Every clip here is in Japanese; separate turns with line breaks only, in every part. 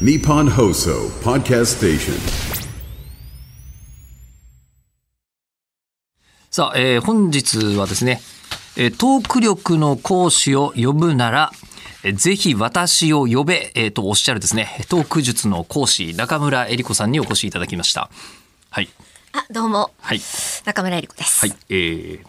Nippon Hoso Podcast Station.
さあ、えー本日はですね、えートーク力の講師を呼ぶなら、えーぜひ私を呼べ、えーとおっしゃるですね、トーク術の講師、中村江里子さんにお越しいただきました。はい。
あ、どうも。
はい。
中村えり子です。
はい。えー、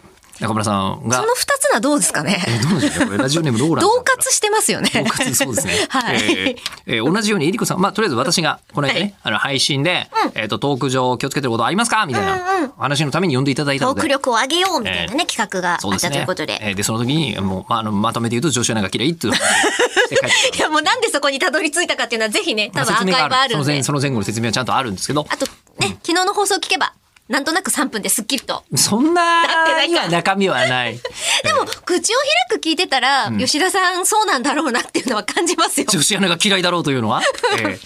中村さんが
こ、の二つはどうですかね。
どうでしょうねこれラジオネームローランさん
同
から
活してますよね。同。
かつそうですね
はい。
えーえー同じようにえりこさん、まあ、とりあえず私がこの間ね、
はい
あの配信で、えっ、と、トーク上気をつけてることありますかみたいな話のために呼んでいただいた
ト
の
ー
で。
ク力を上げようみたいなね、
えー
企画があ
そうで
っ
す
たとい
ね
うことで。
えーでその時にもう、まあ、あのまとめて言うと女子アナが嫌いっていう話を して帰ってき
いや、もうなんでそこにたどり着いたかっていうのはぜひね、
た
多分アーカイブある
そ
ん
の前
で。
その前後の説明はちゃんとあるんですけ ど
あと、ね、昨日の放送聞けば、なんとなく3分ですっきりと。
そんな
だって
に
な
は
んか
中身は ない
でも、口を開く聞いてたら、吉田さんそうなんだろうなっていうのは感じますよ。な
女
んか、
子アナが嫌いだろうというのは、え ー
言われて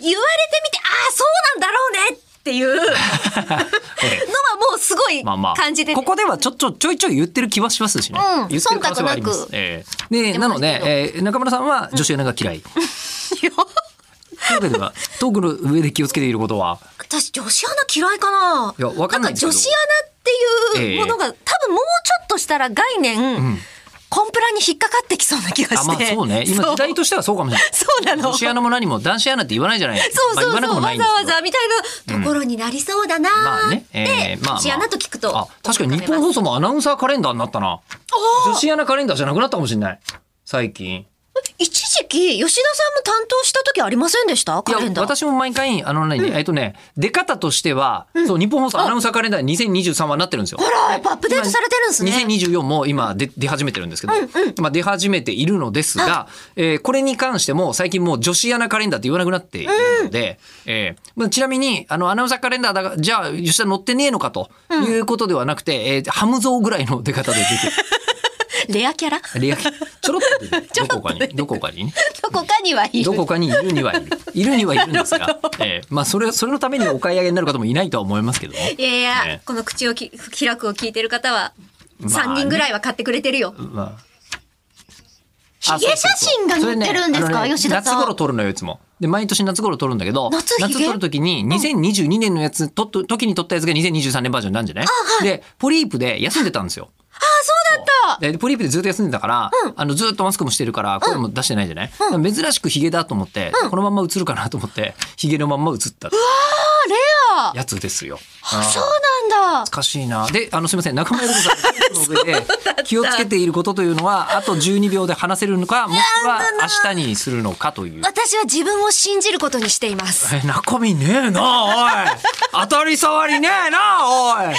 みて、ああ、そうなんだろうねっ ていうのはもうすごい
まあまあ、
感じで。
ここではちょちょちょいちょい言ってる気はしますしね、
うん
言ってる可能性はありま
忖
す
度な、く
え
言っ
ー、で
て
な
ま
の
したけど
で、えー中村さんは女子アナが嫌い、というわけではトークの上で気をつけていることは
私女子アナ嫌いかない
やわかんない
ん
で
か
すけど
女子アナっていうものが、多分もうちょっとしたら概念、コンプラに引っかかってきそうな気が
あ
して
まあそうね今
そう
時代としてはそうかもしれない
そうなの
女子アナも何も男子アナって言わないじゃない
そう
まあ、言
そう
わなく
そ
も
う、
ない
わ
ん
ざ
です
わ
けど
ざみたいなところになりそうだな
まあ
ー
ね
っ、
え
て
ーまあまあ
女子アナと聞くと
あ確かに日本放送もアナウンサーカレンダーになったな女子アナカレンダーじゃなくなったかもしれない最近
一時期吉田さんも担当した時ありませんでした
いや
カレンダー
私も毎回あのね、えっとね出方としては、そう日本放送アナウンサーカレンダー2023はなってるんですよ
ほらやっぱアップデートされてるんですね
2024も今出出始めてるんですけど、まあ、出始めているのですが、えーこれに関しても最近もう女子アナカレンダーって言わなくなっているので、えーまあ、ちなみにあのアナウンサーカレンダーだがじゃあ吉田乗ってねえのかということではなくて、えーハムゾウぐらいの出方で出て
レアキャラ
るレアちょろっと出てる
ちょ
ど
ろ
こ
っと
かにどこかにね。
ど こかにはいる
どこかにいるに はいる。いるにはいるんですが、えーまあそれ、それのためにお買い上げになる方もいないとは思いますけどね。
いやいや、
ええ
この口をき開くを聞いてる方は、
あ
3人ぐらいは買ってくれてるよ。
まあ
ヒゲ写真が載ってるんです
それ
か、
ね
吉田さ
夏頃
ん。
撮るのよいつもで毎年夏頃撮るんだけど
夏ヒゲ
撮る時に2022年のやつ撮っと時に撮ったやつが2023年バージョンなんじゃね、でポリープで休んでたんですよ
あった
でポリープでずっと休んでたから、あのずっとマスクもしてるから声も出してないじゃない、珍しくヒゲだと思って、このまんま映るかなと思ってヒゲのまんま映った
あ
やつですよ
あそうなんだ
おかしいな。で、あの、すみません、中村江里子さんの上で気をつけていることというのは、あと12秒で話せるのか、もしくは明日にするのかという。
私は自分を信じることにしています。
え、中身ねえな、おい。当たり障りねえな、おい。